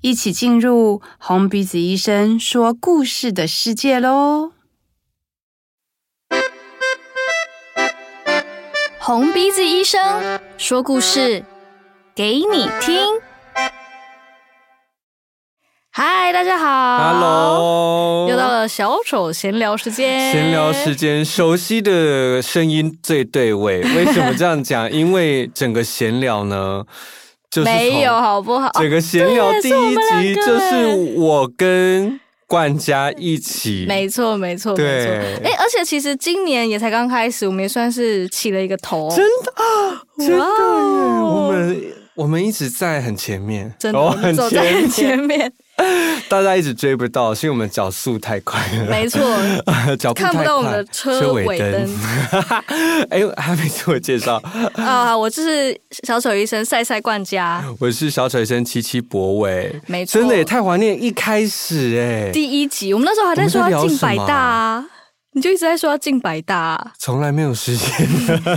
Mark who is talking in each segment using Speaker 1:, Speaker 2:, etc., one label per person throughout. Speaker 1: 一起进入红鼻子医生说故事的世界喽！
Speaker 2: 红鼻子医生说故事给你听。嗨，大家好
Speaker 3: Hello，
Speaker 2: 又到了小丑闲聊时间。
Speaker 3: 闲聊时间，熟悉的声音最对味。 为什么这样讲？因为整个闲聊呢，就是从
Speaker 2: 没有好不好？
Speaker 3: 整个闲聊
Speaker 2: 对
Speaker 3: 第
Speaker 2: 是我们
Speaker 3: 一集
Speaker 2: 两个
Speaker 3: 就是我跟冠家一起，
Speaker 2: 没错，没错，没错。
Speaker 3: 对
Speaker 2: 哎、而且其实今年也才刚开始，我们也算是起了一个头，
Speaker 3: 真的
Speaker 2: 哦
Speaker 3: 啊，真的耶，
Speaker 2: 哇哦
Speaker 3: 我们。我们一直在很前面，
Speaker 2: 真的
Speaker 3: 哦
Speaker 2: 我们
Speaker 3: 很
Speaker 2: 走
Speaker 3: 前
Speaker 2: 在
Speaker 3: 面，
Speaker 2: 前面，
Speaker 3: 大家一直追不到，是因为我们脚速太快了，
Speaker 2: 没错，
Speaker 3: 脚步
Speaker 2: 看不
Speaker 3: 太
Speaker 2: 到我们
Speaker 3: 快
Speaker 2: 的车尾灯。
Speaker 3: 哎呦，还没自我介绍，
Speaker 2: 啊！我就是小丑医生赛赛冠啊家，
Speaker 3: 我是小丑生七七博伟，
Speaker 2: 没错
Speaker 3: 真的也太怀念一开始哎、
Speaker 2: 第一集，我们那时候还在说要进百
Speaker 3: 我
Speaker 2: 大、
Speaker 3: 们在聊什么
Speaker 2: 啊，你就一直在说要进百大、啊，
Speaker 3: 从来没有 实现。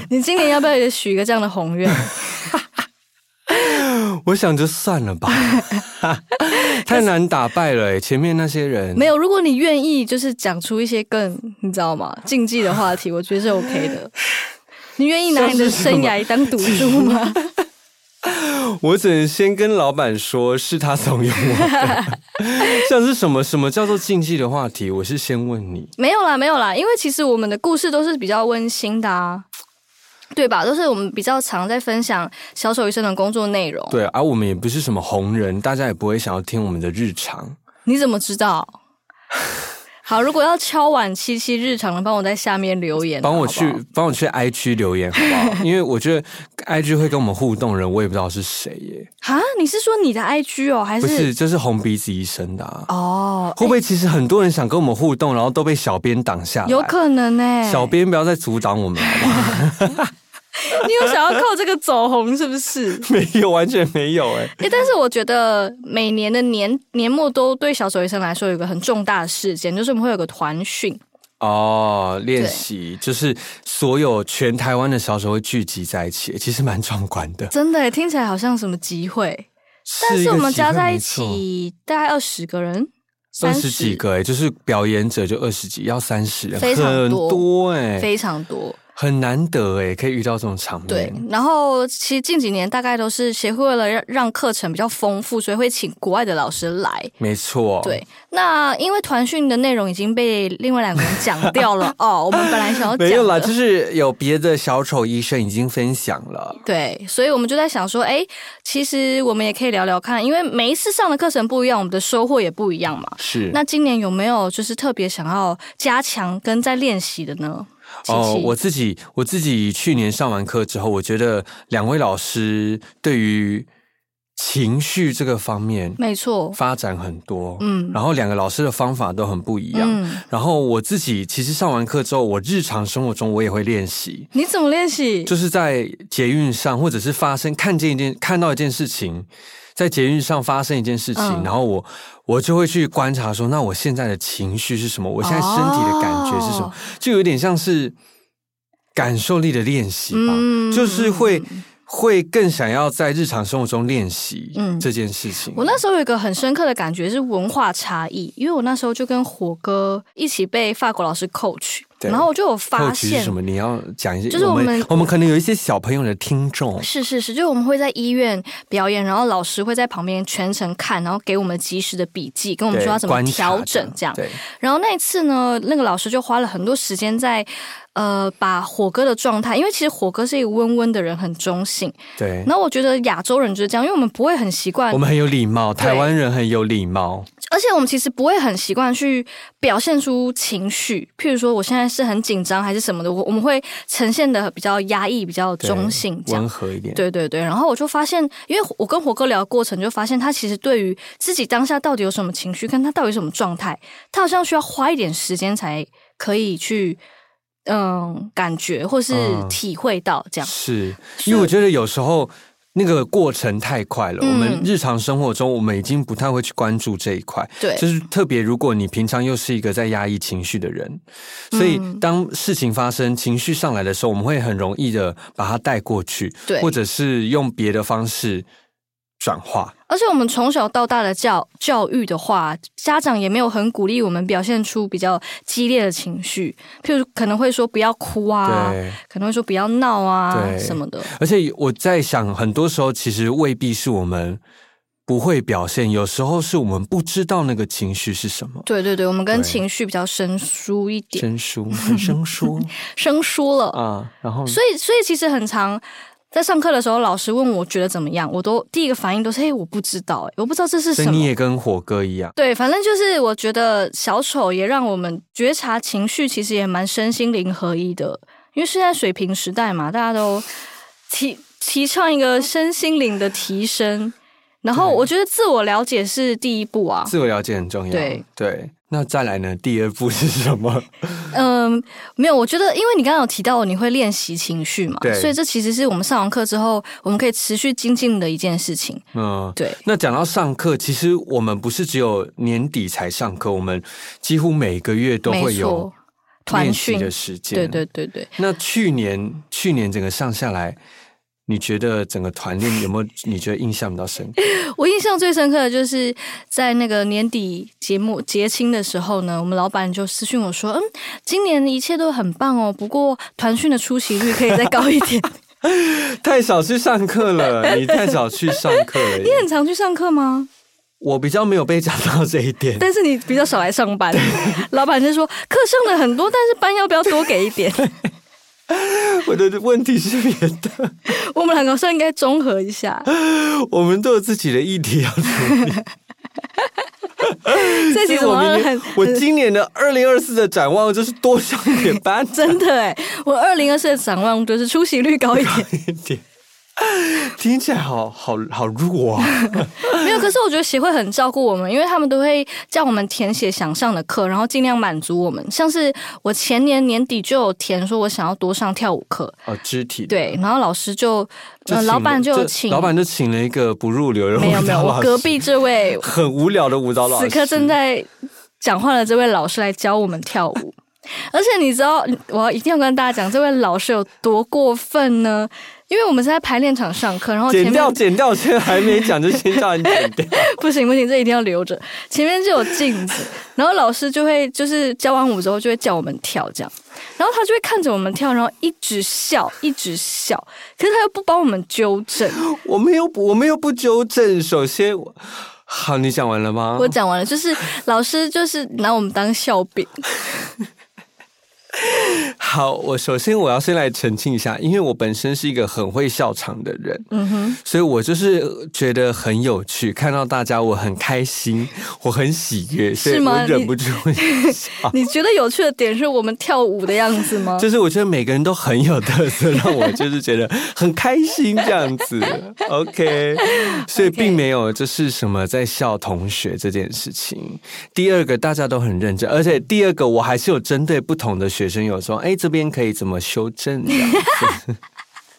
Speaker 2: 你今年要不要也许一个这样的宏 愿？
Speaker 3: 我想就算 了吧，太难打败了、哎前面那些人
Speaker 2: 没有，如果你愿意，就是讲出一些更你知道吗竞技的话题，我觉得是 OK 的。你愿意拿你的生涯当赌注 吗？
Speaker 3: 我只能先跟老板说是他怂恿 我的。像是什么什么叫做禁忌的话题，我是先问你。
Speaker 2: 没有啦，没有啦，因为其实我们的故事都是比较温馨的啊，对吧？都是我们比较常在分享小丑医生的工作内容。
Speaker 3: 对，啊而、我们也不是什么红人，大家也不会想要听我们的日常。
Speaker 2: 你怎么知 道？好，如果要敲碗七七日常的，帮我在下面留言，
Speaker 3: 帮我
Speaker 2: 好不
Speaker 3: 去
Speaker 2: 好
Speaker 3: 帮我去 IG 留言好不好？因为我觉得 IG 会跟我们互动的人，我也不知道是谁耶。
Speaker 2: 啊？你是说你的 IG 哦，还
Speaker 3: 不
Speaker 2: 是
Speaker 3: 是，这是红鼻子医生的啊。
Speaker 2: 哦？
Speaker 3: 会不会其实很多人想跟我们互动，然后都被小编挡下来？
Speaker 2: 有可能呢、欸
Speaker 3: 小编不要再阻挡我们 好不好？
Speaker 2: 你有想要靠这个走红是不 是？
Speaker 3: 没有，完全没有哎、
Speaker 2: 哎、但是我觉得每年的年年末都对小丑医生来说有一个很重大的事件，就是我们会有个团训。
Speaker 3: 哦，练习就是所有全台湾的小手会聚集在一起，其实蛮壮观的。
Speaker 2: 真的耶，欸听起来好像什么集会，但
Speaker 3: 一
Speaker 2: 是
Speaker 3: 个
Speaker 2: 我们
Speaker 3: 机会
Speaker 2: 加在一
Speaker 3: 没错
Speaker 2: 起大概二十个人，
Speaker 3: 二
Speaker 2: 三
Speaker 3: 十几，个哎、就是表演者就二十几，要三十人，
Speaker 2: 非常
Speaker 3: 很
Speaker 2: 多
Speaker 3: 多哎、
Speaker 2: 非常多。
Speaker 3: 很难得哎、可以遇到这种场面。
Speaker 2: 对，然后其实近几年大概都是协会为了让让课程比较丰富，所以会请国外的老师来。
Speaker 3: 没错，
Speaker 2: 对，那因为团训的内容已经被另外两个人讲掉了哦，我们本来想要
Speaker 3: 没有
Speaker 2: 讲
Speaker 3: 啦，
Speaker 2: 的
Speaker 3: 就。是有别的小丑医生已经分享了。
Speaker 2: 对，所以我们就在想说，哎，其实我们也可以聊聊看，因为每一次上的课程不一样，我们的收获也不一样嘛。
Speaker 3: 是
Speaker 2: 那今年有没有就是特别想要加强跟在练习的呢？琪
Speaker 3: 哦
Speaker 2: 琪，
Speaker 3: 我自己我自己去年上完课之后，我觉得两位老师对于情绪这个方面
Speaker 2: 没错，
Speaker 3: 发展很多，
Speaker 2: 嗯
Speaker 3: 然后两个老师的方法都很不一样。
Speaker 2: 嗯，
Speaker 3: 然后我自己其实上完课之后，我日常生活中我也会练习，
Speaker 2: 你怎么练习？
Speaker 3: 就是在捷运上，或者是发生看见一件看到一件事情，在捷运上发生一件事情，
Speaker 2: 嗯
Speaker 3: 然后我我就会去观察说，那我现在的情绪是什么？我现在身体的感觉是什么？
Speaker 2: 哦
Speaker 3: 就有点像是感受力的练习吧，
Speaker 2: 嗯
Speaker 3: 就是会会更想要在日常生活中练习
Speaker 2: 嗯
Speaker 3: 这件事情。
Speaker 2: 我那时候有一个很深刻的感觉是文化差异，因为我那时候就跟火哥一起被法国老师 coach，
Speaker 3: 对
Speaker 2: 然后我就有发
Speaker 3: coach 是
Speaker 2: 现
Speaker 3: 什，么？你要讲一些，
Speaker 2: 就是我
Speaker 3: 我
Speaker 2: 们
Speaker 3: 我们可能有一些小朋友的听众，
Speaker 2: 是是是，就我们会在医院表演，然后老师会在旁边全程看，然后给我们及时的笔记，跟我们
Speaker 3: 对
Speaker 2: 说要怎么
Speaker 3: 观察
Speaker 2: 调
Speaker 3: 的
Speaker 2: 整这样。
Speaker 3: 对，
Speaker 2: 然后那一次呢，那个老师就花了很多时间在。呃，把火哥的状态，因为其实火哥是一个温温的人，很中性。
Speaker 3: 对
Speaker 2: 然后我觉得亚洲人就是这样，因为我们不会很习惯
Speaker 3: 我，们很有礼貌，
Speaker 2: 对
Speaker 3: 台湾人很有礼貌。
Speaker 2: 而且我们其实不会很习惯去表现出情绪，譬如说我现在是很紧张还是什么的，我我们会呈现的比较压抑、比较
Speaker 3: 对
Speaker 2: 中性这样
Speaker 3: 温。和一点。
Speaker 2: 对对对，然后我就发现，因为我跟火哥聊的过程，就发现他其实对于自己当下到底有什么情绪，跟他到底什么状态，他好像需要花一点时间才可以去嗯感觉或是
Speaker 3: 嗯
Speaker 2: 体会到这样。
Speaker 3: 是因为我觉得有时候那个过程太快了，
Speaker 2: 嗯
Speaker 3: 我们日常生活中我们已经不太会去关注这一块。
Speaker 2: 对，
Speaker 3: 就是特别，如果你平常又是一个在压抑情绪的人，所以
Speaker 2: 嗯
Speaker 3: 当事情发生、情绪上来的时候，我们会很容易的把它带过去，
Speaker 2: 对
Speaker 3: 或者是用别的方式转化。
Speaker 2: 而且我们从小到大的教教育的话，家长也没有很鼓励我们表现出比较激烈的情绪，譬如可能会说不要哭啊，
Speaker 3: 对，
Speaker 2: 可能会说不要闹啊
Speaker 3: 对
Speaker 2: 什么的。
Speaker 3: 而且我在想，很多时候其实未必是我们不会表现，有时候是我们不知道那个情绪是什么。
Speaker 2: 对对对，我们跟
Speaker 3: 对
Speaker 2: 情绪比较生疏一点，
Speaker 3: 生疏，很 生疏
Speaker 2: 生疏了。
Speaker 3: 啊，然后
Speaker 2: 所以，所以其实很常在上课的时候，老师问我觉得怎么样，我都第一个反应都是：嘿，我不知道、欸，我不知道这是
Speaker 3: 所
Speaker 2: 什
Speaker 3: 以你
Speaker 2: 么。
Speaker 3: 也跟火哥一样，
Speaker 2: 对，反正就是我觉得小丑也让我们觉察情绪，其实也蛮身心灵合一的。因为现在水平时代嘛，大家都提提倡一个身心灵的提升，然后
Speaker 3: 对
Speaker 2: 我觉得自我了解是第一步啊。
Speaker 3: 自我了解很重要。
Speaker 2: 对
Speaker 3: 那再来呢？第二步是什么？
Speaker 2: 嗯，没有，我觉得因为你刚刚有提到你会练习情绪嘛
Speaker 3: 对，
Speaker 2: 所以这其实是我们上完课之后，我们可以持续精进的一件事情。
Speaker 3: 嗯，
Speaker 2: 对，
Speaker 3: 那讲到上课，其实我们不是只有年底才上课，我们几乎每个月都
Speaker 2: 没
Speaker 3: 会有
Speaker 2: 错，团
Speaker 3: 练习
Speaker 2: 训
Speaker 3: 的时间。
Speaker 2: 对对对对，
Speaker 3: 那去年去年整个上下来，你觉得整个团练有没有？你觉得印象比较 深刻？
Speaker 2: 我印象最深刻的就是在那个年底节目结清的时候呢，我们老板就私讯我说：“嗯，今年一切都很棒哦，不过团训的出席率可以再高一点。
Speaker 3: 太少去上课了，你太少去上课了。”
Speaker 2: 你很常去上课吗？
Speaker 3: 我比较没有被讲到这一点。
Speaker 2: 但是你比较少来上班。老板就说：“课上的很多，但是班要不要多给一点
Speaker 3: 我的问题是别的，？”
Speaker 2: 我们两个好像应该综合一下，
Speaker 3: 我们都有自己的议题啊要处理。
Speaker 2: 这其实
Speaker 3: 所以我
Speaker 2: 好像
Speaker 3: 明
Speaker 2: 很
Speaker 3: 年，我今年的二零二四的展望就是多上一点班，
Speaker 2: 真的哎，我二零二四的展望就是出席率高一点。
Speaker 3: 一点。听起来好好好弱啊！
Speaker 2: 没有，可是我觉得协会很照顾我们，因为他们都会叫我们填写想上的课，然后尽量满足我们。像是我前年年底就有填说我想要多上跳舞课，
Speaker 3: 哦，肢体的
Speaker 2: 对，然后老师就，
Speaker 3: 就
Speaker 2: 呃，
Speaker 3: 请
Speaker 2: 老板就有
Speaker 3: 这
Speaker 2: 请，
Speaker 3: 老板就请了一个不入流的舞蹈
Speaker 2: 没有没有，
Speaker 3: 老
Speaker 2: 我
Speaker 3: 师
Speaker 2: 隔壁这位
Speaker 3: 很无聊的舞蹈老师，
Speaker 2: 此刻正在讲话的这位老师来教我们跳舞。而且你知道，我一定要跟大家讲，这位老师有多过分呢？因为我们是在排练场上课，然后前
Speaker 3: 剪
Speaker 2: 面
Speaker 3: 掉剪掉，现在还没讲就先叫你剪 掉。
Speaker 2: 不行不行，这一定要留着。前面就有镜 子，然后老师就会就是教完舞之后就会叫我们跳这样，然后他就会看着我们跳，然后一直笑一直笑，可是他又不帮我们纠正。
Speaker 3: 我们又不我们又不纠正，首先我好，你讲完了吗？
Speaker 2: 我讲完了，就是老师就是拿我们当笑柄，
Speaker 3: 好，我首先我要先来澄清一下，因为我本身是一个很会笑场的人，嗯哼，所以我就是觉得很有趣，看到大家我很开心，我很喜悦，所以
Speaker 2: 是吗
Speaker 3: 我忍
Speaker 2: 你
Speaker 3: 不住会笑。
Speaker 2: 你觉得有趣的点是我们跳舞的样子吗？
Speaker 3: 就是我觉得每个人都很有特色， 让我就是觉得很开心这样子。OK，所以并没有就是什么在笑同学这件事情。第二个大家都很认真，而且第二个我还是有针对不同的学生有说，哎，这边可以怎么修正这样子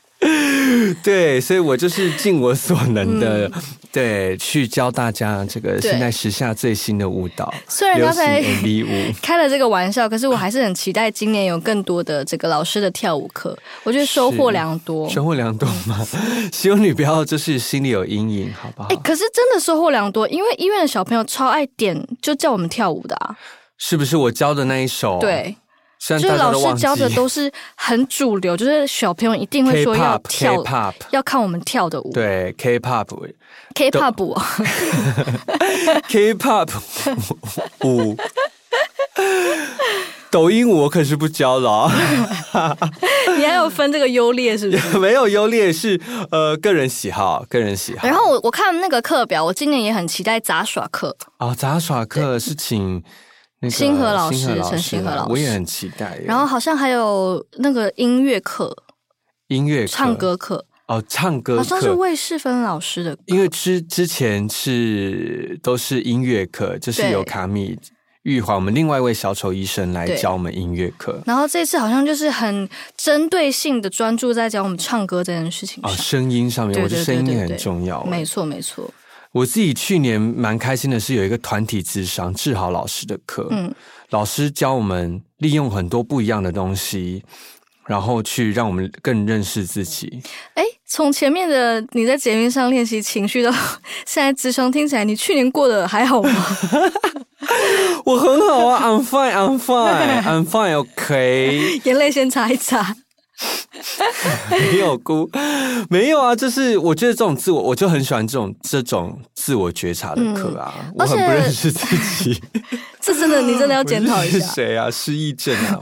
Speaker 3: 对，所以我就是尽我所能的，对，去教大家这个
Speaker 2: 嗯对
Speaker 3: 现在时下最新的舞蹈，
Speaker 2: 虽然
Speaker 3: 流
Speaker 2: 刚
Speaker 3: 行
Speaker 2: 才
Speaker 3: MV 舞。
Speaker 2: 开了这个玩笑，可是我还是很期待今年有更多的这个老师的跳舞课，我觉得收获
Speaker 3: 是
Speaker 2: 良多。
Speaker 3: 收获良多嘛， 希望你不要就是心里有阴影，好不好？
Speaker 2: 哎、可是真的收获良多，因为医院的小朋友超爱点，就叫我们跳舞的啊。
Speaker 3: 是不是我教的那一首？，
Speaker 2: 对，
Speaker 3: 虽
Speaker 2: 就是
Speaker 3: 然哦大家
Speaker 2: 老
Speaker 3: 都忘
Speaker 2: 师
Speaker 3: 记
Speaker 2: 教的都是很主流，就是小朋友一定会说要
Speaker 3: K-pop
Speaker 2: 跳
Speaker 3: K-pop
Speaker 2: 要看我们跳的舞
Speaker 3: 对 K-pop
Speaker 2: ，K-pop 舞。
Speaker 3: K-pop 舞。抖音我可是不教了 啊。
Speaker 2: 你还有分这个优劣 是不是？
Speaker 3: 没有优劣是呃个人喜好，个人喜好。
Speaker 2: 然后我我看那个课表，我今年也很期待杂耍课。
Speaker 3: 啊、杂耍课是请那个
Speaker 2: 星河老师
Speaker 3: 星河
Speaker 2: 陈星河
Speaker 3: 来
Speaker 2: 老师
Speaker 3: 我也很期待耶。
Speaker 2: 然后好像还有那个音乐课、
Speaker 3: 音乐课
Speaker 2: 唱歌课，
Speaker 3: 哦，唱歌
Speaker 2: 好像是
Speaker 3: 课。
Speaker 2: 魏世芬老师的课。
Speaker 3: 因为之之前是都是音乐课，就是
Speaker 2: 对
Speaker 3: 由卡米玉华我们另外一位小丑医生来
Speaker 2: 对
Speaker 3: 教我们音乐课
Speaker 2: 然后这次好像就是很针对性的专注在讲我们唱歌这件事情
Speaker 3: 哦，
Speaker 2: 上。
Speaker 3: 声音上面，
Speaker 2: 对
Speaker 3: 我觉得
Speaker 2: 对对
Speaker 3: 声音
Speaker 2: 对
Speaker 3: 很
Speaker 2: 对
Speaker 3: 重要耶。啊
Speaker 2: 没错，没错，
Speaker 3: 我自己去年蛮开心的是有一个团体智商志豪老师的课，
Speaker 2: 嗯，
Speaker 3: 老师教我们利用很多不一样的东西，然后去让我们更认识自 己。
Speaker 2: 哎，从前面的你在捷运上练习情绪到现在智商，听起来你去年过得还好吗？
Speaker 3: 我很好啊，I'm fine，I'm fine，I'm fine，OK，、
Speaker 2: 眼泪先擦一擦。
Speaker 3: 没有哭，没有啊，就是我觉得这种自我，我就很喜欢这种这种自我觉察的课啊，我很不
Speaker 2: 嗯而且
Speaker 3: 认识自 己，
Speaker 2: 这真的，你真的要检讨一
Speaker 3: 我是
Speaker 2: 下。
Speaker 3: 谁啊，失忆症啊，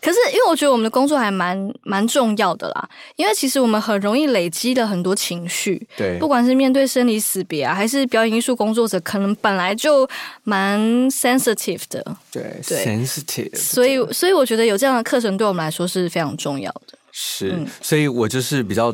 Speaker 2: 可是，因为我觉得我们的工作还蛮蛮重要的啦，因为其实我们很容易累积了很多情绪，
Speaker 3: 对
Speaker 2: 不，管是面对生离死别啊，还是表演艺术工作者，可能本来就蛮 sensitive 的，
Speaker 3: 对
Speaker 2: 对
Speaker 3: ，sensitive，
Speaker 2: 所以所以我觉得有这样的课程对我们来说是非常重要的。
Speaker 3: 是，
Speaker 2: 嗯
Speaker 3: 所以我就是比较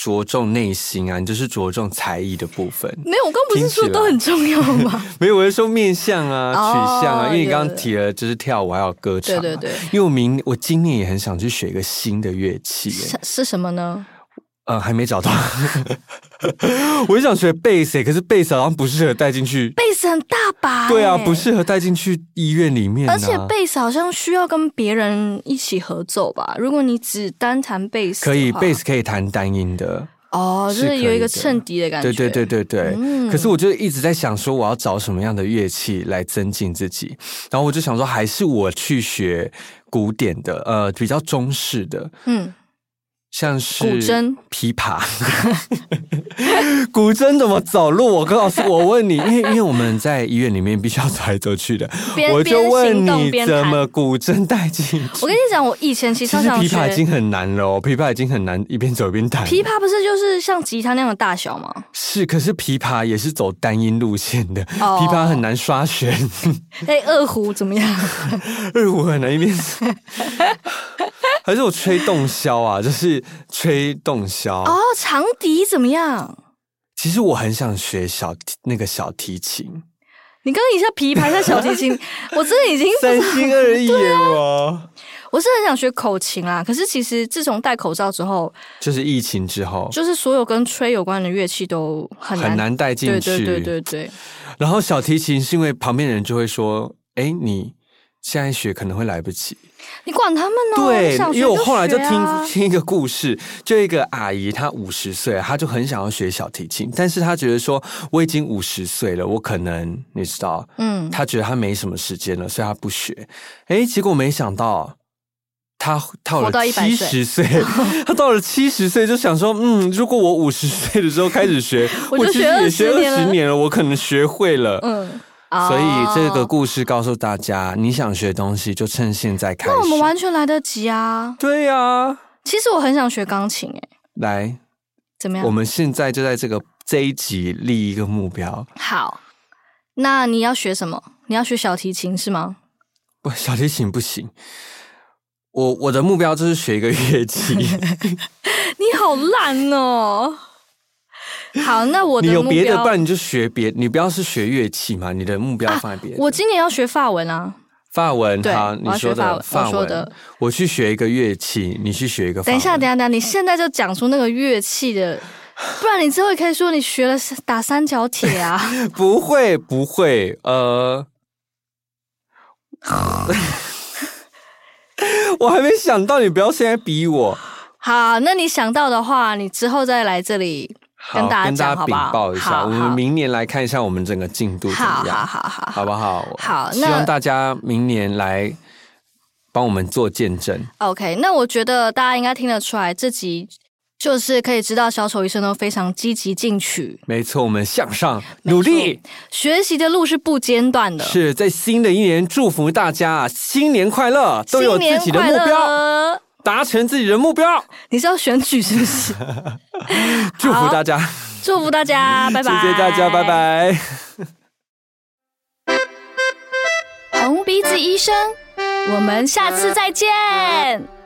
Speaker 3: 着重内心啊，你就是着重才艺的部分。
Speaker 2: 没有，我刚不是说都很重要吗？
Speaker 3: 没有，我是说面相啊、
Speaker 2: 哦
Speaker 3: 取向啊，因为你
Speaker 2: 有
Speaker 3: 刚刚
Speaker 2: 有
Speaker 3: 提了就是跳舞还有歌唱、
Speaker 2: 对
Speaker 3: 啊，
Speaker 2: 对对，
Speaker 3: 因为我明我今年也很想去学一个新的乐器耶、
Speaker 2: 是是什么呢？
Speaker 3: 呃，还没找到。 我也想学贝斯耶、欸可是贝斯好像不适合带进去。
Speaker 2: 贝斯很大把、欸
Speaker 3: 对啊，不。适合带进去医院里面、啊。
Speaker 2: 而且贝斯好像需要跟别人一起合奏吧？如果你只单弹贝斯的
Speaker 3: 可
Speaker 2: 话，
Speaker 3: 以，贝斯可以弹单音的。
Speaker 2: 哦，就是
Speaker 3: 可
Speaker 2: 是有
Speaker 3: 以
Speaker 2: 一个
Speaker 3: 的
Speaker 2: 衬底的感觉。
Speaker 3: 对对对对对。
Speaker 2: 嗯
Speaker 3: 可是我就一直在想说，我要找什么样的乐器来增进自己。然后我就想说，还是我去学古典的，呃，比较中式的，
Speaker 2: 嗯，
Speaker 3: 像是
Speaker 2: 古筝、
Speaker 3: 琵琶。 古筝怎么走路？我告诉我问你，因为因为我们在医院里面必 须要走来走去的，
Speaker 2: 边
Speaker 3: 我就
Speaker 2: 边
Speaker 3: 问
Speaker 2: 行动
Speaker 3: 你
Speaker 2: 边
Speaker 3: 怎
Speaker 2: 弹。
Speaker 3: 么古筝带进
Speaker 2: 我
Speaker 3: 去？
Speaker 2: 跟你讲，我以前其
Speaker 3: 其
Speaker 2: 实
Speaker 3: 实
Speaker 2: 想
Speaker 3: 琵琶已
Speaker 2: 学
Speaker 3: 经很难了哦，琵琶已经很难一边走一边弹。
Speaker 2: 琵琶，不是就是像吉他那样的大小吗？
Speaker 3: 是，可是琵琶也是走单音路线的，
Speaker 2: 哦
Speaker 3: 琵琶很难刷弦。
Speaker 2: 哎，二胡怎么 样？
Speaker 3: 二胡很难一边， 还是我吹洞箫啊？就是吹洞箫。
Speaker 2: 哦，长笛怎么样？
Speaker 3: 其实我很想学小提那个小提琴，
Speaker 2: 你刚刚一下琵琶，一下小提 琴，我真的已经不
Speaker 3: 三心二意耶我。
Speaker 2: 我是很想学口琴啦，可是其实自从戴口罩之后，
Speaker 3: 就是疫情之后
Speaker 2: 就是所有跟吹有关的乐器都很难。
Speaker 3: 哦很难带进
Speaker 2: 对
Speaker 3: 去，
Speaker 2: 对对对对，
Speaker 3: 然后小提琴是因为旁边人就会说：“哎，你现在学可能会来不及。”
Speaker 2: 你管他们呢、
Speaker 3: 对
Speaker 2: 你想，学
Speaker 3: 因为我后来就
Speaker 2: 学啊
Speaker 3: 听听一个故事，就一个阿姨，她五十岁，她就很想要学小提琴，但是她觉得说我已经五十岁了，我可能你知道，
Speaker 2: 嗯，
Speaker 3: 她觉得她没什么时间了，所以她不学。诶，结果没想到。她她
Speaker 2: 活
Speaker 3: 到
Speaker 2: 到
Speaker 3: 了
Speaker 2: 100，
Speaker 3: 七十岁，她到了七十岁就想说，嗯，如果我五十岁的时候开始学
Speaker 2: 我就
Speaker 3: 其实
Speaker 2: 学
Speaker 3: 也学
Speaker 2: 20
Speaker 3: 二
Speaker 2: 年
Speaker 3: 十
Speaker 2: 了
Speaker 3: 年了，我可能学会了。
Speaker 2: 嗯，
Speaker 3: 所以这个
Speaker 2: 哦
Speaker 3: 故事告诉大家，你想学东西就趁现在开始。
Speaker 2: 那我们完全来得及啊。
Speaker 3: 对呀、
Speaker 2: 其实我很想学钢琴、诶，欸
Speaker 3: 来，
Speaker 2: 怎么样
Speaker 3: 我？们现在就在这个这一集立一个目标。
Speaker 2: 好，那你要学什么？你要学小提琴是 吗？
Speaker 3: 不，小提琴不行。我我的目标就是学一个乐器。
Speaker 2: 你好烂哦。好，那 我的
Speaker 3: 你有
Speaker 2: 目
Speaker 3: 别的，
Speaker 2: 标
Speaker 3: 不然你就学别，你不要是学乐器嘛。你的目标放在别的。
Speaker 2: 啊我今年要学法文啊。
Speaker 3: 法文，
Speaker 2: 对
Speaker 3: 好，
Speaker 2: 我
Speaker 3: 你
Speaker 2: 要
Speaker 3: 说
Speaker 2: 学法
Speaker 3: 的
Speaker 2: 文我说的，
Speaker 3: 我去学一个乐器，你去学一个法
Speaker 2: 等
Speaker 3: 文。
Speaker 2: 一下，等一下，等一下，你现在就讲出那个乐器的，不然你之后也可以说你学了打三角铁啊。
Speaker 3: 不会，不会， 呃，我还没想到，你不要现在逼我。
Speaker 2: 好，那你想到的话，你之后再来这里
Speaker 3: 好
Speaker 2: 跟大家
Speaker 3: 跟
Speaker 2: 讲，
Speaker 3: 大家
Speaker 2: 好
Speaker 3: 禀
Speaker 2: 不好？
Speaker 3: 报一下，
Speaker 2: 好
Speaker 3: 我们明年来看一下我们整个进度怎
Speaker 2: 好
Speaker 3: 么
Speaker 2: 好
Speaker 3: 样，
Speaker 2: 好好
Speaker 3: 好
Speaker 2: 好。
Speaker 3: 不好？
Speaker 2: 好
Speaker 3: 希
Speaker 2: 那
Speaker 3: 望大家明年来帮我们做见证。
Speaker 2: OK，那我觉得大家应该听得出来，这集就是可以知道小丑医生都非常积极进取，
Speaker 3: 没错，我们向上努力，
Speaker 2: 学习的路是不间断的。
Speaker 3: 是在新的一年祝福大家啊新年快乐，都有
Speaker 2: 新年
Speaker 3: 自己的
Speaker 2: 快
Speaker 3: 目
Speaker 2: 乐！
Speaker 3: 标，达成自己的目标，
Speaker 2: 你是要选举是不 是？
Speaker 3: 祝福大家，
Speaker 2: 祝福大家，拜
Speaker 3: 谢
Speaker 2: 拜！
Speaker 3: 谢大家，拜。拜。
Speaker 2: 红鼻子医生，我们下次再见。